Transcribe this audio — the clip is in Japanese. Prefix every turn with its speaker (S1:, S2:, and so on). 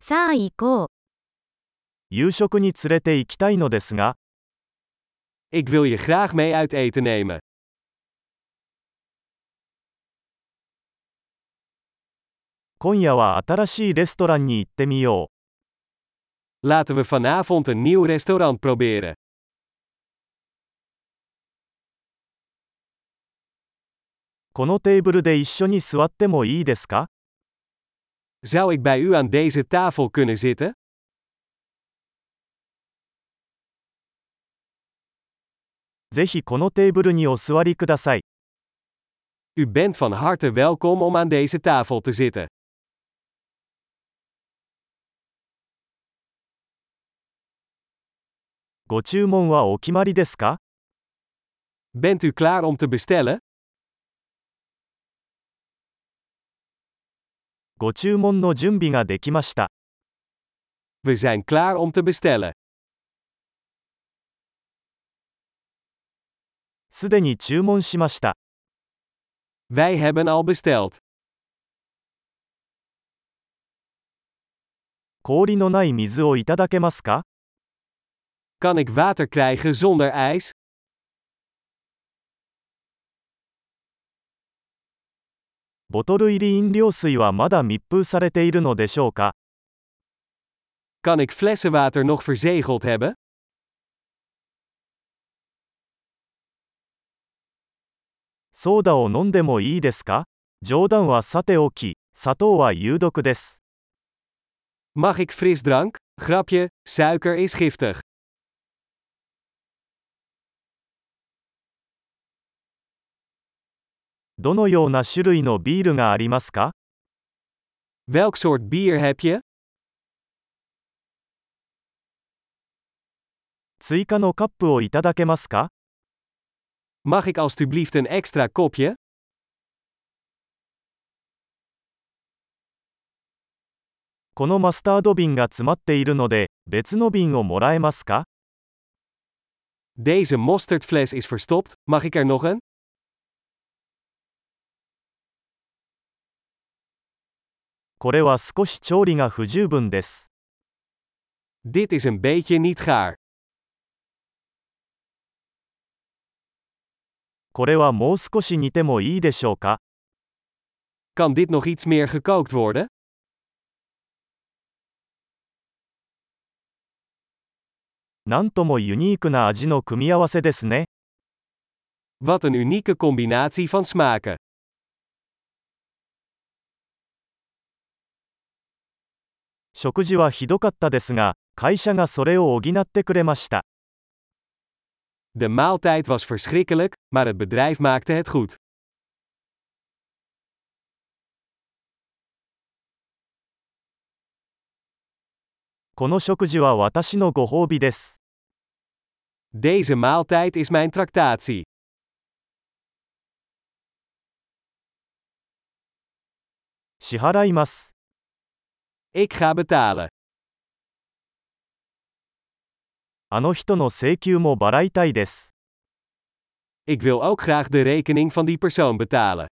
S1: さあ行こう。
S2: 夕食に連れて行きたいのですが、
S3: Ik wil je graag mee uit eten nemen.
S2: 今夜は新しいレストランに行ってみよ
S3: Laten we vanavond een nieuw restaurant proberen.
S2: う。このテーブルで一緒に座ってもいいですか
S3: Zou ik bij u aan deze tafel kunnen zitten?
S2: ぜひこのテーブルにお座りください。
S3: U bent van harte welkom om aan deze tafel te zitten.
S2: ご注文はお決まりですか
S3: Bent u klaar om te bestellen?
S2: ご注文の準備ができました。
S3: We zijn klaar om te bestellen.
S2: すでに注文しました。
S3: Wij hebben al besteld.
S2: 氷のない水をいただけますか
S3: Kan ik water krijgen zonder ijs?
S2: ボトル入り飲料水はまだ密封されているのでしょうか
S3: Kan ik flessenwater nog verzegeld hebben?
S2: ソーダを飲んでもいいですか冗談はさておき、砂糖は有毒です。
S3: Mag ik frisdrank? Grapje, suiker is giftig.
S2: どのような種類のビールがありますか
S3: Welk soort bier heb je?
S2: 追加のカップをいただけますか
S3: Mag ik alstublieft een extra kopje?
S2: このマスタード瓶が詰まっているので、別の瓶をもらえますか
S3: Deze mosterdfles is verstopt, mag ik er nog een?
S2: これは少し調理が不十分です。
S3: Dit is een beetje niet gaar.
S2: これはもう少し煮てもいいでしょうか
S3: Kan dit nog iets meer gekookt worden?
S2: なんともユニークな味の組み合わせですね。
S3: Wat een unieke combinatie van smaken.
S2: 食事はひどかったですが、会社がそれを補ってくれました。
S3: De maaltijd was verschrikkelijk, maar het bedrijf maakte het goed.
S2: この食事は私のご褒美です。
S3: Deze maaltijd is mijn tractatie.
S2: 支払います。
S3: Ik ga betalen.
S2: あの人の請求も払いたいです。
S3: Ik wil ook graag de rekening van die persoon betalen.